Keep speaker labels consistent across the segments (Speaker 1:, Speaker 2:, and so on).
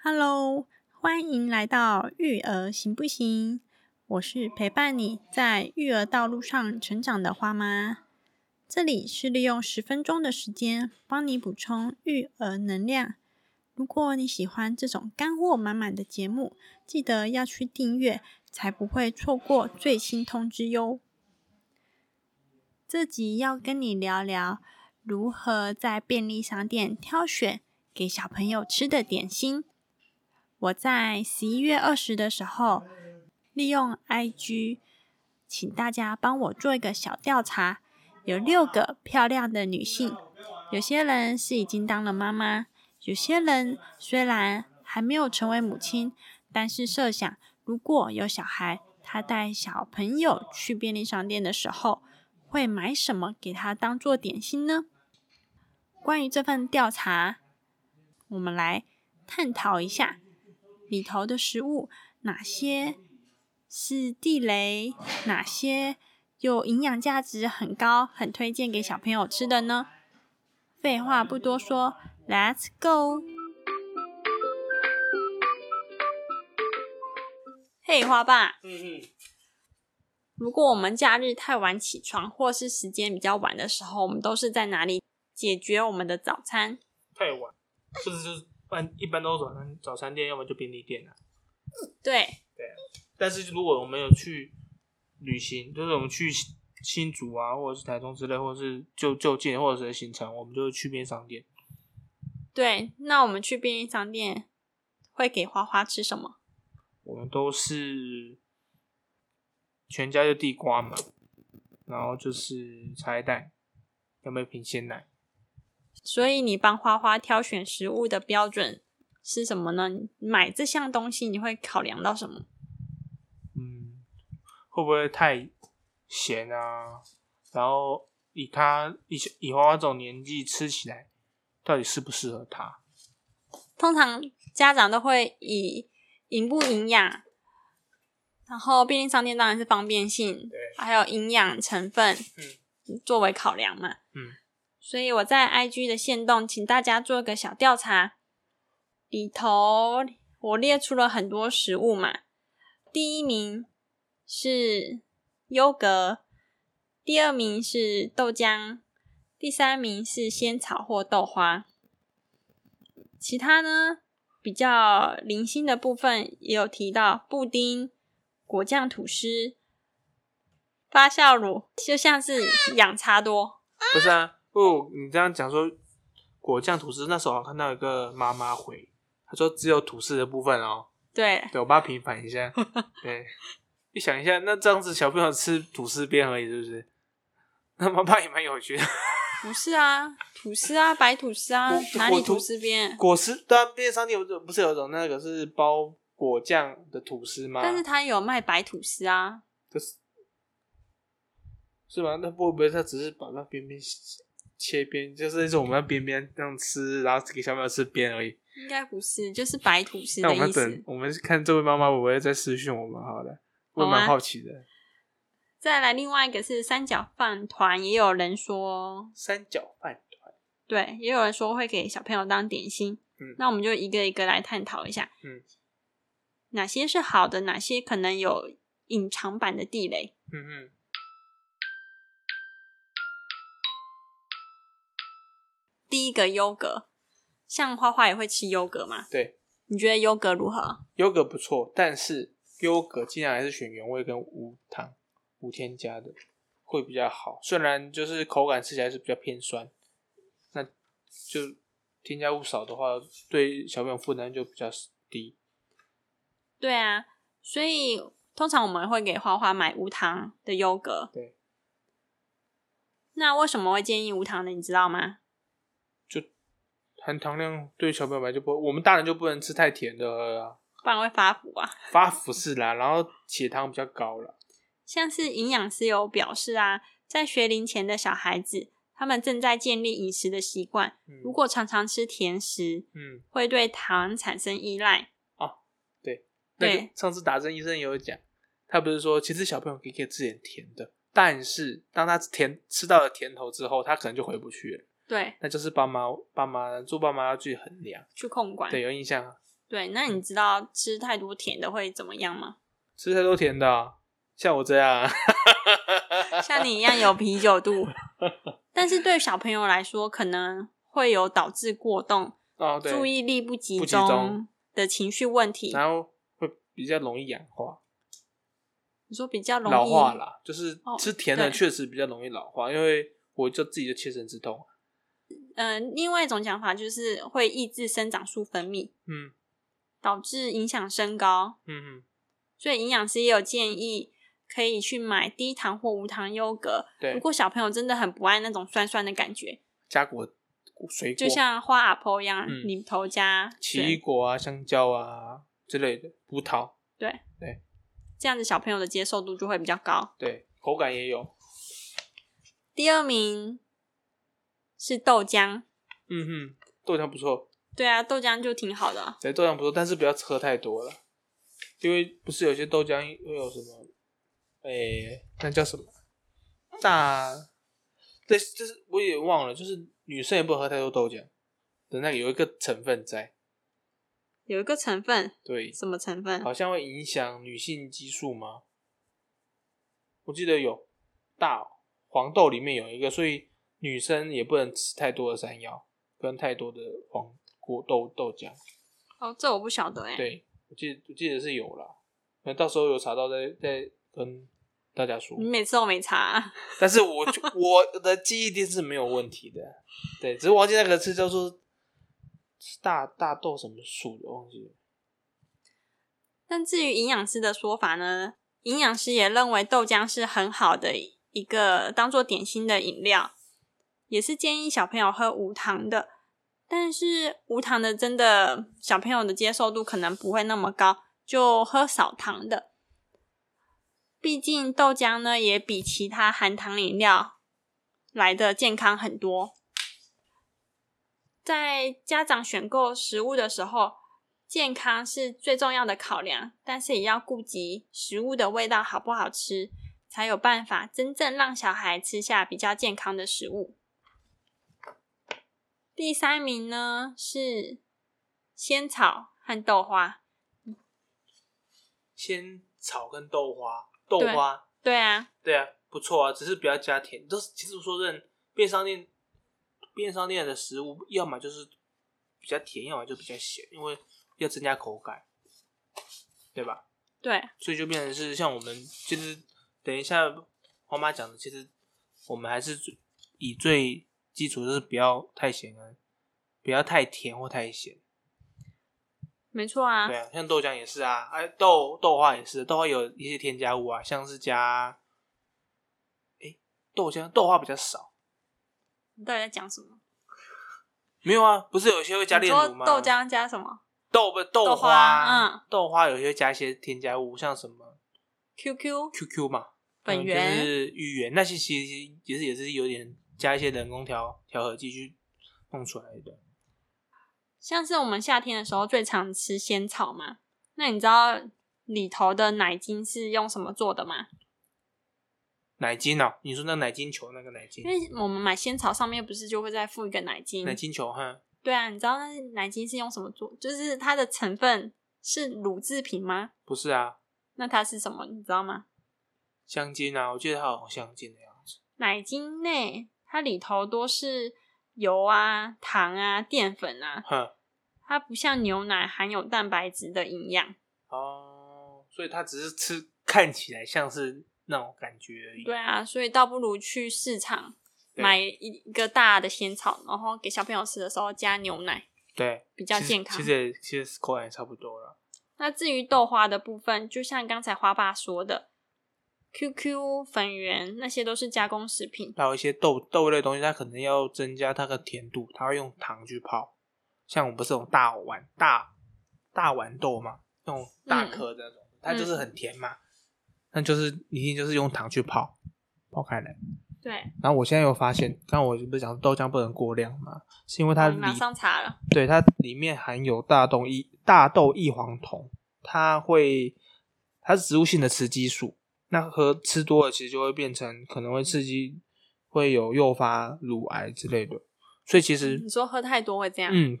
Speaker 1: Hello，欢迎来到育儿行不行？我是陪伴你在育儿道路上成长的花妈，这里是利用十分钟的时间帮你补充育儿能量。如果你喜欢这种干货满满的节目，记得要去订阅，才不会错过最新通知哟。这集要跟你聊聊如何在便利商店挑选给小朋友吃的点心。我在十一月二十的时候，利用 IG，请大家帮我做一个小调查，有六个漂亮的女性，有些人是已经当了妈妈，有些人虽然还没有成为母亲，但是设想如果有小孩，他带小朋友去便利商店的时候，会买什么给他当做点心呢？关于这份调查，我们来探讨一下里头的食物哪些是地雷，哪些有营养价值很高，很推荐给小朋友吃的呢？废话不多说，Let's go！嘿，花爸，
Speaker 2: 嗯嗯，
Speaker 1: 如果我们假日太晚起床，或是时间比较晚的时候，我们都是在哪里解决我们的早餐？
Speaker 2: 太晚，就是就是般一般都是早餐早餐店，要么就便利店啊。
Speaker 1: 对，
Speaker 2: 但是如果我们有去旅行，就是我们去新新竹啊，或者是台中之类，或者是就就近或者是行程，我们就会去便利商店。
Speaker 1: 对，那我们去便利商店会给花花吃什么？
Speaker 2: 我们都是全家就地瓜嘛，然后就是茶叶蛋，要不要一瓶鲜奶？
Speaker 1: 所以你帮花花挑选食物的标准是什么呢？你买这项东西你会考量到什么？
Speaker 2: 嗯，会不会太咸啊？然后以他以以花花这种年纪吃起来，到底适不适合他？
Speaker 1: 通常家长都会以营不营养，然后便利商店当然是方便性，还有营养成分，作为考量嘛。
Speaker 2: 嗯，
Speaker 1: 所以我在 IG 的限动，请大家做个小调查，里头我列出了很多食物嘛，第一名是优格，第二名是豆浆，第三名是仙草或豆花。其他呢，比较零星的部分也有提到布丁、果酱吐司、发酵乳，就像是养茶多。
Speaker 2: 不是啊，不，你这样讲说果酱吐司，那时候我看到一个妈妈回，她说只有吐司的部分哦。
Speaker 1: 对，
Speaker 2: 对我爸平反一 下，对，你想一下，那这样子小朋友吃吐司边而已，是不是？那妈妈也蛮有趣的。
Speaker 1: 不是啊，吐司啊，白吐司啊
Speaker 2: 我，
Speaker 1: 哪
Speaker 2: 我
Speaker 1: 里
Speaker 2: 吐
Speaker 1: 吐司边？
Speaker 2: 果实，对啊，便利商店不是不是有种那个是包果酱的吐司吗？
Speaker 1: 但是他有卖白吐司啊，
Speaker 2: 可是是吗？那会不会他只是把那边边切边，就是一种我们要边边这样吃，然后给小朋友吃边而已？
Speaker 1: 应该不是，就是白吐司
Speaker 2: 那
Speaker 1: 的
Speaker 2: 我们
Speaker 1: 意
Speaker 2: 要等
Speaker 1: 思。
Speaker 2: 我们看这位妈妈会不会再私讯我们好了，我也
Speaker 1: 好啊
Speaker 2: 蛮好奇的。
Speaker 1: 再来，另外一个是三角饭团，也有人说，
Speaker 2: 三角饭团，
Speaker 1: 对，也有人说会给小朋友当点心。
Speaker 2: 嗯
Speaker 1: 那我们就一个一个来探讨一下。
Speaker 2: 嗯
Speaker 1: 哪些是好的，哪些可能有隐藏版的地雷。
Speaker 2: 嗯嗯，
Speaker 1: 第一个优格，像花花也会吃优格嘛？
Speaker 2: 对，
Speaker 1: 你觉得优格如何？
Speaker 2: 优格不错，但是优格尽量还是选原味跟无糖、无添加的会比较好。虽然就是口感吃起来是比较偏酸，那就添加物少的话，对小朋友负担就比较低。
Speaker 1: 对啊，所以通常我们会给花花买无糖的优格。
Speaker 2: 对，
Speaker 1: 那为什么会建议无糖的？你知道吗？
Speaker 2: 含糖量对小朋友来就不，我们大人就不能吃太甜的了啊，
Speaker 1: 不然会发福啊。
Speaker 2: 发福是啦，然后血糖比较高啦。
Speaker 1: 像是营养师有表示啊，在学龄前的小孩子，他们正在建立饮食的习惯，
Speaker 2: 嗯
Speaker 1: 如果常常吃甜食，
Speaker 2: 嗯，
Speaker 1: 会对糖产生依赖。
Speaker 2: 那
Speaker 1: 对
Speaker 2: 个上次打针医生也有讲，他不是说其实小朋友可以可以吃点甜的，但是当他甜吃到了甜头之后，他可能就回不去了。
Speaker 1: 对，
Speaker 2: 那就是爸妈爸妈做爸妈要去衡量，
Speaker 1: 去控管。
Speaker 2: 对，有印象啊。
Speaker 1: 对，那你知道吃太多甜的会怎么样 吗？
Speaker 2: 吃太多甜的、啊，像我这样、啊，
Speaker 1: 像你一样有啤酒肚，但是对小朋友来说，可能会有导致过动、
Speaker 2: 哦，对，
Speaker 1: 注意力不集
Speaker 2: 不集中
Speaker 1: 的情绪问题。
Speaker 2: 然后会比较容易氧化、
Speaker 1: 你说比较容易
Speaker 2: 老化啦，就是
Speaker 1: 哦
Speaker 2: 吃甜的
Speaker 1: 对
Speaker 2: 确实比较容易老化，因为我就自己就切身之痛，
Speaker 1: 嗯、另外一种讲法就是会抑制生长素分泌，
Speaker 2: 嗯
Speaker 1: 导致影响身高。
Speaker 2: 嗯嗯，
Speaker 1: 所以营养师也有建议，可以去买低糖或无糖优格。
Speaker 2: 对
Speaker 1: 如果小朋友真的很不爱那种酸酸的感觉，
Speaker 2: 加果水果
Speaker 1: 就像花阿婆一样，
Speaker 2: 嗯
Speaker 1: 你头加
Speaker 2: 奇异
Speaker 1: 对
Speaker 2: 果啊、香蕉啊之类的，葡萄，
Speaker 1: 这样子，小朋友的接受度就会比较高。
Speaker 2: 对，口感也有，
Speaker 1: 第二名是豆浆，
Speaker 2: 嗯哼，豆浆不错，
Speaker 1: 对啊，豆浆就挺好的啊。
Speaker 2: 对，豆浆不错，但是不要喝太多了，因为不是有些豆浆会有什么，诶、那叫什么大，对，就是我也忘了，就是女生也不能喝太多豆浆的那个有一个成分在，
Speaker 1: 有一个成分，
Speaker 2: 对，
Speaker 1: 什么成 分？
Speaker 2: 好像会影响女性激素吗？我记得有大黄豆里面有一个，所以女生也不能吃太多的山药跟太多的黄果豆豆浆。
Speaker 1: 哦，这我不晓得哎、
Speaker 2: 对，我记得我记得是有啦，那到时候有查到再再跟大家说
Speaker 1: 你。每次都没查啊、
Speaker 2: 但是我就我的记忆力是没有问题的，对，只是忘记那个是叫做是大大豆什么树的，忘记了。
Speaker 1: 但至于营养师的说法呢，营养师也认为豆浆是很好的一个当做点心的饮料，也是建议小朋友喝无糖的。但是无糖的真的小朋友的接受度可能不会那么高，就喝少糖的。毕竟豆浆呢也比其他含糖饮料来的健康很多。在家长选购食物的时候，健康是最重要的考量，但是也要顾及食物的味道好不好吃，才有办法真正让小孩吃下比较健康的食物。第三名呢是仙草和豆花，
Speaker 2: 仙草跟豆花，豆
Speaker 1: 对
Speaker 2: 花。
Speaker 1: 对啊，
Speaker 2: 对啊，不错啊，只是不要加甜。都是其实说真的，便利商店便利商店的食物，要么就是比较甜，要么就比较咸，因为要增加口感，对吧？
Speaker 1: 对
Speaker 2: 所以就变成是像我们其实等一下黄妈讲的，其实我们还是最以最基础就是不要太咸啊，不要太甜或太咸。
Speaker 1: 没错啊
Speaker 2: 对，啊，像豆浆也是啊，哎、豆豆花也是，豆花有一些添加物啊，像是加，哎、豆浆豆花比较少，
Speaker 1: 你到底在讲什么？
Speaker 2: 没有啊，不是有些会加
Speaker 1: 你
Speaker 2: 炼
Speaker 1: 说
Speaker 2: 乳吗？
Speaker 1: 豆浆加什么
Speaker 2: 豆不豆
Speaker 1: 豆花嗯，
Speaker 2: 豆花有些会加一些添加物，像什么
Speaker 1: ？QQ
Speaker 2: QQ 嘛，
Speaker 1: 本
Speaker 2: 嗯就
Speaker 1: 源、
Speaker 2: 是芋圆那些，其实也是也是有点加一些人工调调和剂去弄出来的。
Speaker 1: 像是我们夏天的时候最常吃仙草嘛，那你知道里头的奶精是用什么做的吗？
Speaker 2: 奶精哦，你说那奶精球那个奶精
Speaker 1: 因，为我们买仙草上面不是就会再附一个奶精？
Speaker 2: 奶精球哈，
Speaker 1: 对啊，你知道那奶精是用什么做？就是它的成分是乳制品吗？
Speaker 2: 不是啊，
Speaker 1: 那它是什么？你知道吗？
Speaker 2: 香精啊，我记得它好像香精的样子。
Speaker 1: 奶精内它里头多是油啊、糖啊、淀粉啊，
Speaker 2: 哼，
Speaker 1: 它不像牛奶含有蛋白质的营养。
Speaker 2: 哦，所以它只是吃看起来像是那种感觉而已。
Speaker 1: 对啊，所以倒不如去市场
Speaker 2: 对
Speaker 1: 买一一个大的仙草，然后给小朋友吃的时候加牛奶，
Speaker 2: 对，
Speaker 1: 比
Speaker 2: 比
Speaker 1: 较健康
Speaker 2: 其。实也其实口感也差不多了。
Speaker 1: 那至于豆花的部分，就像刚才花爸说的，QQ 粉圆那些都是加工食品。
Speaker 2: 还有一些豆豆类的东西，它可能要增加它的甜度，它会用糖去泡。像我们不是有大碗大大豌豆嘛，那种大
Speaker 1: 嗯
Speaker 2: 颗的那种，它就是很甜嘛。那就是一定就是用糖去泡，泡开来。
Speaker 1: 对，
Speaker 2: 然后我现在又发现，刚刚我不是讲豆浆不能过量嘛，是因为它
Speaker 1: 我
Speaker 2: 里
Speaker 1: 哦马上查了。
Speaker 2: 对，它里面含有大豆异大豆异黄酮，它会它是植物性的雌激素，那喝吃多了其实就会变成可能会刺激，会有诱发乳癌之类的，所以其实
Speaker 1: 嗯
Speaker 2: 嗯
Speaker 1: 你说喝太多会这样？
Speaker 2: 嗯，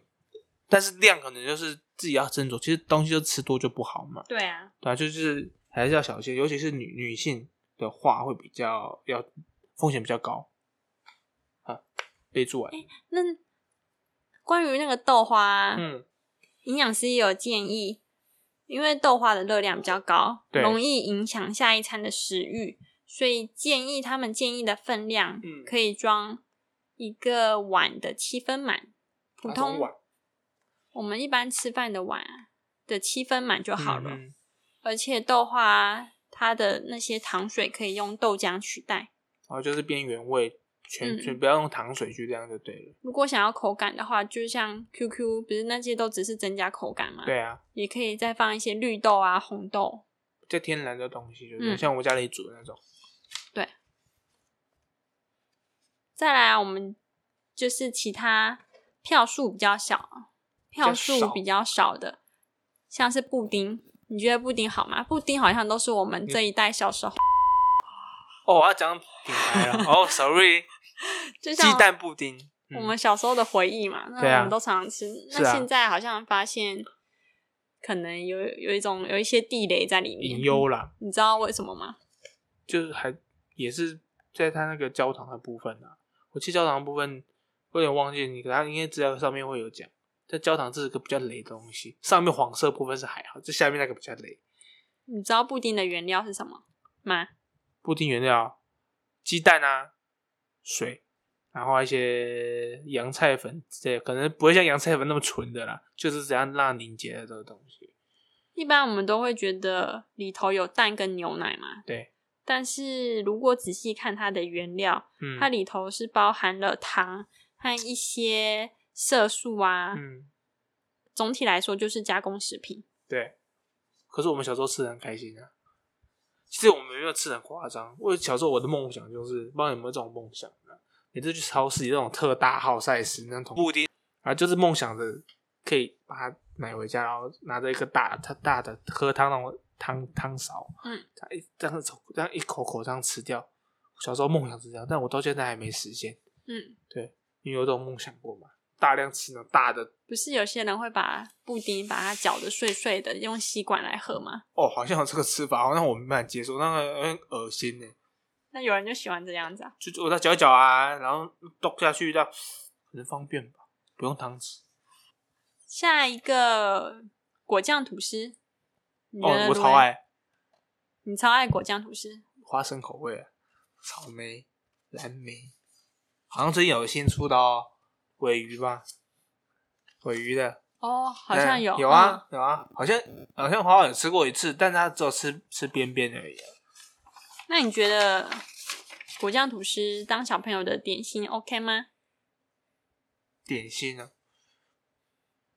Speaker 2: 但是量可能就是自己要斟酌。其实东西就吃多就不好嘛，
Speaker 1: 对啊，
Speaker 2: 对啊，就是还是要小心，尤其是女女性的话会比较要风险比较高啊。备注完，
Speaker 1: 那关于那个豆花，
Speaker 2: 嗯，
Speaker 1: 营养师也有建议，因为豆花的热量比较高，
Speaker 2: 对
Speaker 1: 容易影响下一餐的食欲，所以建议他们建议的分量
Speaker 2: 嗯
Speaker 1: 可以装一个碗的七分满，普
Speaker 2: 哪种
Speaker 1: 通
Speaker 2: 碗
Speaker 1: 我们一般吃饭的碗啊的七分满就好了。
Speaker 2: 嗯
Speaker 1: 而且豆花它的那些糖水可以用豆浆取代。
Speaker 2: 然后就是变原味，全
Speaker 1: 嗯
Speaker 2: 全不要用糖水去，这样就对了。
Speaker 1: 如果想要口感的话，就像 QQ 不是那些都只是增加口感嘛，
Speaker 2: 对啊，
Speaker 1: 也可以再放一些绿豆啊、红豆，
Speaker 2: 这天然的东西，就是、
Speaker 1: 嗯
Speaker 2: 像我家里煮的那种。
Speaker 1: 再来、啊，我们就是其他票数比较小，啊票数比较少的，像是布丁，你觉得布丁好吗？布丁好像都是我们
Speaker 2: 嗯
Speaker 1: 这一代小时候，
Speaker 2: 哦，我要讲品牌了。哦，sorry，
Speaker 1: 就
Speaker 2: 鸡
Speaker 1: 像
Speaker 2: 蛋布丁。
Speaker 1: 我
Speaker 2: 嗯
Speaker 1: 们小时候的回忆嘛，那
Speaker 2: 对啊
Speaker 1: 我们都常常吃。
Speaker 2: 是
Speaker 1: 那
Speaker 2: 啊
Speaker 1: 现在好像发现，可能有有一种有一些地雷在里面。
Speaker 2: 隐忧啦，
Speaker 1: 你知道为什么吗？
Speaker 2: 就是还也是在它那个焦糖的部分啊。我记得焦糖的部分，我有点忘记你，它应该资料上面会有讲。这焦糖这是个比较雷的东西，上面黄色部分是还好，这下面那个比较雷。
Speaker 1: 你知道布丁的原料是什么吗？
Speaker 2: 布丁原料，鸡蛋啊，水，然后一些洋菜粉之类的，可能不会像洋菜粉那么纯的啦，就是怎样让它凝结的这个东西。
Speaker 1: 一般我们都会觉得里头有蛋跟牛奶嘛，
Speaker 2: 对，
Speaker 1: 但是如果仔细看它的原料，
Speaker 2: 嗯，
Speaker 1: 它里头是包含了糖和一些色素啊。
Speaker 2: 嗯，
Speaker 1: 总体来说就是加工食品。
Speaker 2: 对。可是我们小时候吃的很开心啊，其实我们没有吃得很夸张。我小时候我的梦想就是，不知道有没有这种梦想啊？每次去超市里那种特大号赛事那种布丁，啊，就是梦想着可以把它买回家，然后拿着一个大它大的喝汤那种汤汤勺，
Speaker 1: 嗯，
Speaker 2: 这样一这样子这样一口口这样吃掉。我小时候梦想是这样，但我到现在还没实现。
Speaker 1: 嗯，
Speaker 2: 你有这种梦想过吗？大量吃那种大的
Speaker 1: 不是有些人会把布丁把它搅得碎碎的，用吸管来喝吗？
Speaker 2: 哦，好像有这个吃法，好像我没办法接受，那个有点恶心呢。
Speaker 1: 那有人就喜欢这样子啊。
Speaker 2: 就就我再搅一搅啊，然后剁下去， 这样可能方便吧，不用汤匙。
Speaker 1: 下一个果酱吐司，你觉
Speaker 2: 哦
Speaker 1: 得，
Speaker 2: 我
Speaker 1: 如
Speaker 2: 超
Speaker 1: 何，
Speaker 2: 爱
Speaker 1: 你超爱果酱吐司，
Speaker 2: 花生口味、啊，草莓、蓝莓，好像最近有新出的哦，尾鱼吧，尾鱼的，
Speaker 1: 哦，好像有，
Speaker 2: 嗯有啊、有啊，好像好像华华有吃过一次，但他只有吃吃边边而已啊、
Speaker 1: 嗯那你觉得果酱吐司当小朋友的点心 OK 吗？
Speaker 2: 点心呢、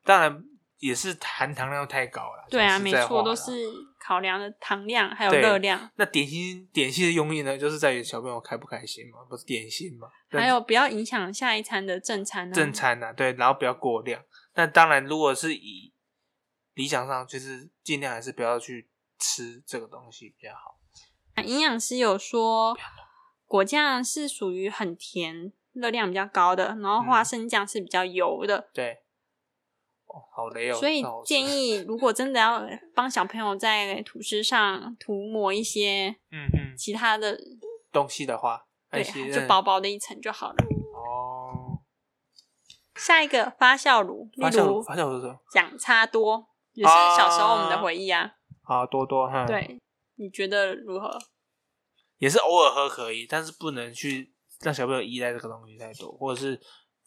Speaker 2: 当然也是含糖量太高了，
Speaker 1: 对啊，
Speaker 2: 说
Speaker 1: 没
Speaker 2: 实在
Speaker 1: 错，
Speaker 2: 话
Speaker 1: 都
Speaker 2: 啦
Speaker 1: 是考量的糖量还有
Speaker 2: 对
Speaker 1: 热量，
Speaker 2: 那点心点心的用意呢，就是在于小朋友开不开心嘛，不是点心嘛？
Speaker 1: 还有不要影响下一餐的正餐、啊。
Speaker 2: 正餐呐、啊，对，然后不要过量。那当然，如果是以理想上，就是尽量还是不要去吃这个东西比较好。
Speaker 1: 营养师有说，果酱是属于很甜，热量比较高的，然后花
Speaker 2: 嗯
Speaker 1: 生酱是比较油的，
Speaker 2: 对，哦，好雷哦。
Speaker 1: 所以
Speaker 2: 那我
Speaker 1: 建议如果真的要帮小朋友在吐司上涂抹一些
Speaker 2: 嗯嗯
Speaker 1: 其他的，
Speaker 2: 东西的话，那
Speaker 1: 对
Speaker 2: 些，嗯
Speaker 1: 就薄薄的一层就好了。
Speaker 2: 哦，
Speaker 1: 下一个发酵乳，例
Speaker 2: 发酵
Speaker 1: 如
Speaker 2: 发酵乳是什么？
Speaker 1: 养差多，也是小时候我们的回忆啊。
Speaker 2: 啊，多多哈，，
Speaker 1: 对，你觉得如何？
Speaker 2: 也是偶尔喝可以，但是不能去让小朋友依赖这个东西太多，或者是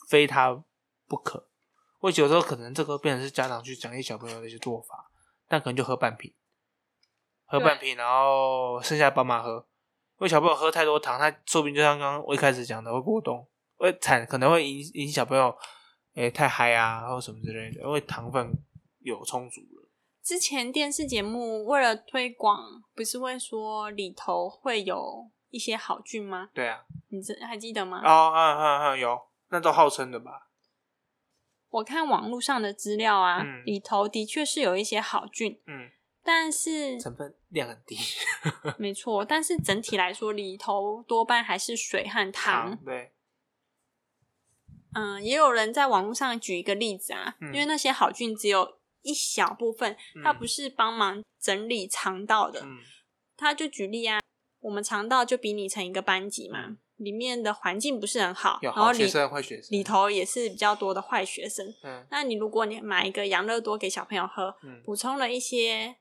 Speaker 2: 非它不可。我有时候可能这个变成是家长去奖励小朋友的一些做法，但可能就喝半瓶，喝半瓶，然后剩下帮妈喝。因为小朋友喝太多糖，他说不定就像刚刚我一开始讲的，会过冬，会产可能会影影响小朋友，诶、太嗨啊，或什么之类的，因为糖分有充足了。
Speaker 1: 之前电视节目为了推广，不是会说里头会有一些好菌吗？
Speaker 2: 对啊，
Speaker 1: 你这还记得吗？
Speaker 2: 哦，嗯嗯嗯，有，那都号称的吧？
Speaker 1: 我看网络上的资料啊，
Speaker 2: 嗯
Speaker 1: 里头的确是有一些好菌，
Speaker 2: 嗯，
Speaker 1: 但是
Speaker 2: 成分量很低。
Speaker 1: 没错，但是整体来说，里头多半还是水和糖。
Speaker 2: 对，
Speaker 1: 嗯，也有人在网络上举一个例子啊，
Speaker 2: 嗯
Speaker 1: 因为那些好菌只有一小部分，它
Speaker 2: 嗯
Speaker 1: 不是帮忙整理肠道的。
Speaker 2: 嗯
Speaker 1: 他就举例啊，我们肠道就比拟成一个班级
Speaker 2: 嗯
Speaker 1: 嘛，里面的环境不是很好，
Speaker 2: 有
Speaker 1: 然后
Speaker 2: 好
Speaker 1: 里
Speaker 2: 学生、坏学生，
Speaker 1: 里头也是比较多的坏学生。
Speaker 2: 嗯
Speaker 1: 那你如果你买一个养乐多给小朋友喝，
Speaker 2: 嗯
Speaker 1: 补充了一些，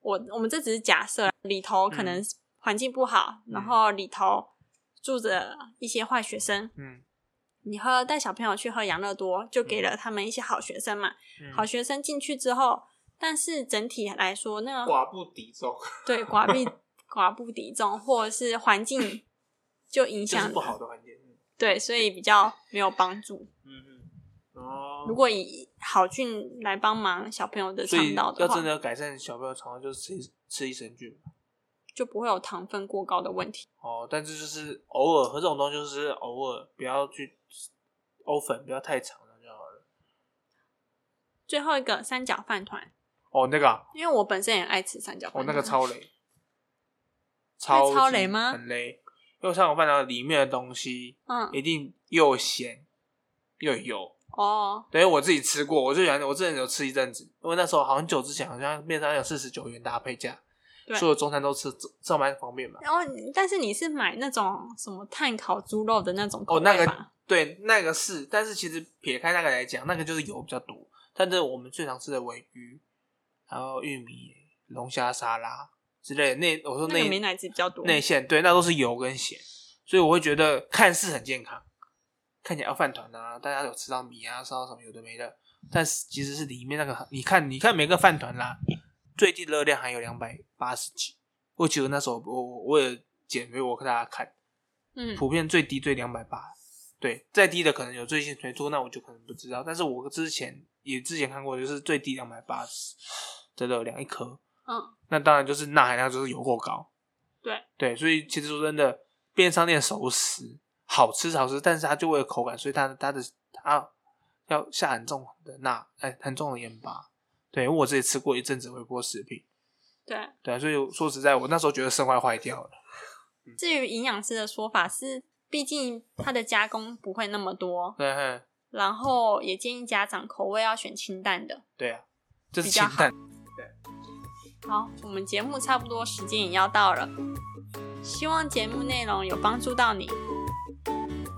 Speaker 1: 我我们这只是假设，里头可能环境不好，
Speaker 2: 嗯
Speaker 1: 然后里头住着一些坏学生。
Speaker 2: 嗯
Speaker 1: 你喝带小朋友去喝养乐多，就给了他们一些好学生嘛。
Speaker 2: 嗯，
Speaker 1: 好学生进去之后，但是整体来说，那个
Speaker 2: 寡不敌众，
Speaker 1: 对寡 不寡不敌众，或者是环境就影
Speaker 2: 就
Speaker 1: 响
Speaker 2: 是
Speaker 1: 了
Speaker 2: 不好的环境。
Speaker 1: 对，所以比较没有帮助。
Speaker 2: 嗯嗯嗯，哦，
Speaker 1: 如果以好菌来帮忙小朋友的
Speaker 2: 所
Speaker 1: 肠
Speaker 2: 以
Speaker 1: 道的
Speaker 2: 要
Speaker 1: 话
Speaker 2: 真，的改善小朋友肠道，就是吃益吃益生菌。
Speaker 1: 就不会有糖分过高的问题。
Speaker 2: 哦，但是就是偶尔，和这种东西就是偶尔，不要去欧粉，不要太长了就好了。
Speaker 1: 最后一个三角饭团，
Speaker 2: 哦，那个、啊，
Speaker 1: 因为我本身也爱吃三角
Speaker 2: 哦
Speaker 1: 饭，
Speaker 2: 那
Speaker 1: 团，
Speaker 2: 个超雷，超
Speaker 1: 嗯超
Speaker 2: 级
Speaker 1: 雷吗
Speaker 2: 很雷，因为上午饭堂里面的东西
Speaker 1: 嗯
Speaker 2: 一定又咸又油。
Speaker 1: 哦
Speaker 2: 对，我自己吃过，我最喜欢，我之前有吃一阵子，因为那时候好像久之前好像面上有四十九元搭配价，
Speaker 1: 对
Speaker 2: 所有中餐都吃，上班方便嘛。
Speaker 1: 然后你但是你是买那种什么碳烤猪肉的那种口
Speaker 2: 哦，
Speaker 1: 味
Speaker 2: 那个
Speaker 1: 吧？
Speaker 2: 对，那个是，但是其实撇开那个来讲，那个就是油比较多。但是我们最常吃的尾鱼，还有玉米、龙虾沙拉之类的，那我说
Speaker 1: 那个
Speaker 2: 内
Speaker 1: 美奶滋比较多，
Speaker 2: 内馅，对，那都是油跟咸，所以我会觉得看似很健康，看起来要饭团啊，大家有吃到米啊、烧什么有的没的，但是其实是里面那个，你看，你看每个饭团啦，最低热量含有两百八十几，我记得那时候我我为了减肥，我给大家看，
Speaker 1: 嗯
Speaker 2: 普遍最低最两百八，对，再低的可能有最新推出，那我就可能不知道。但是我之前也之前看过，就是最低两百八十的热量一颗，
Speaker 1: 嗯，
Speaker 2: 那当然就是钠含量就是油够高。
Speaker 1: 对
Speaker 2: 对，所以其实说真的，便利商店熟食好吃是好吃，但是它就为了口感，所以它它的它要下很重的钠，哎，很重的盐巴。对，因为我自己吃过一阵子微波食品，
Speaker 1: 对。
Speaker 2: 对啊，所以说实在，我那时候觉得肾坏坏掉了。
Speaker 1: 至于营养师的说法是，毕竟它的加工不会那么多，
Speaker 2: 对嗯哼
Speaker 1: 然后也建议家长口味要选清淡的。
Speaker 2: 对啊，这是
Speaker 1: 比
Speaker 2: 清
Speaker 1: 较
Speaker 2: 淡。
Speaker 1: 好，我们节目差不多时间也要到了，希望节目内容有帮助到你。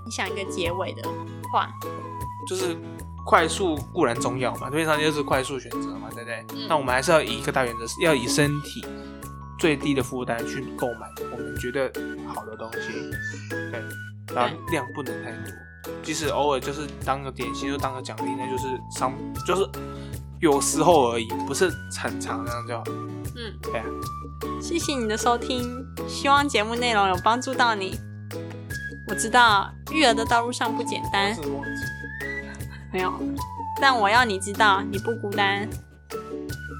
Speaker 1: 你想一个结尾的话，
Speaker 2: 就是快速固然重要嘛，通常就是快速选择嘛，对不对？
Speaker 1: 嗯
Speaker 2: 那我们还是要以一个大原则，要以身体最低的负担去购买我们觉得好的东西，对，然后量不能太多，即使偶尔就是当个点心，就当个奖励，那就是商，就是有时候而已，不是很常那样就好。
Speaker 1: 嗯，
Speaker 2: 对啊，
Speaker 1: 谢谢你的收听，希望节目内容有帮助到你。我知道育儿的道路上不简单，
Speaker 2: 忘记
Speaker 1: 没有，但我要你知道你不孤单。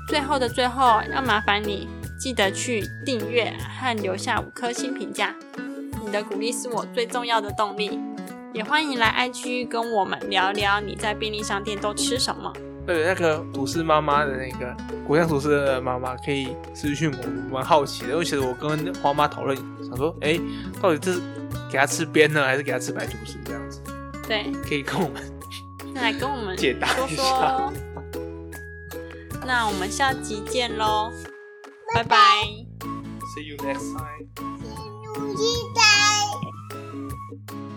Speaker 1: 最后的最后，要麻烦你记得去订阅和留下五颗星评价，你的鼓励是我最重要的动力。也欢迎来 IG 跟我们聊聊你在便利商店都吃什么。
Speaker 2: 对，那个吐司妈妈的那个果酱吐司的妈妈可以私讯我，蛮好奇的。因为其实我跟花妈讨论，想说，哎、到底这是给她吃边呢，还是给她吃白吐司这样子？
Speaker 1: 对，
Speaker 2: 可以跟我们
Speaker 1: 那来跟我们
Speaker 2: 解答
Speaker 1: 说
Speaker 2: 一下。
Speaker 1: 说。那我们下集见喽，拜拜
Speaker 2: See you next time.
Speaker 3: See you later.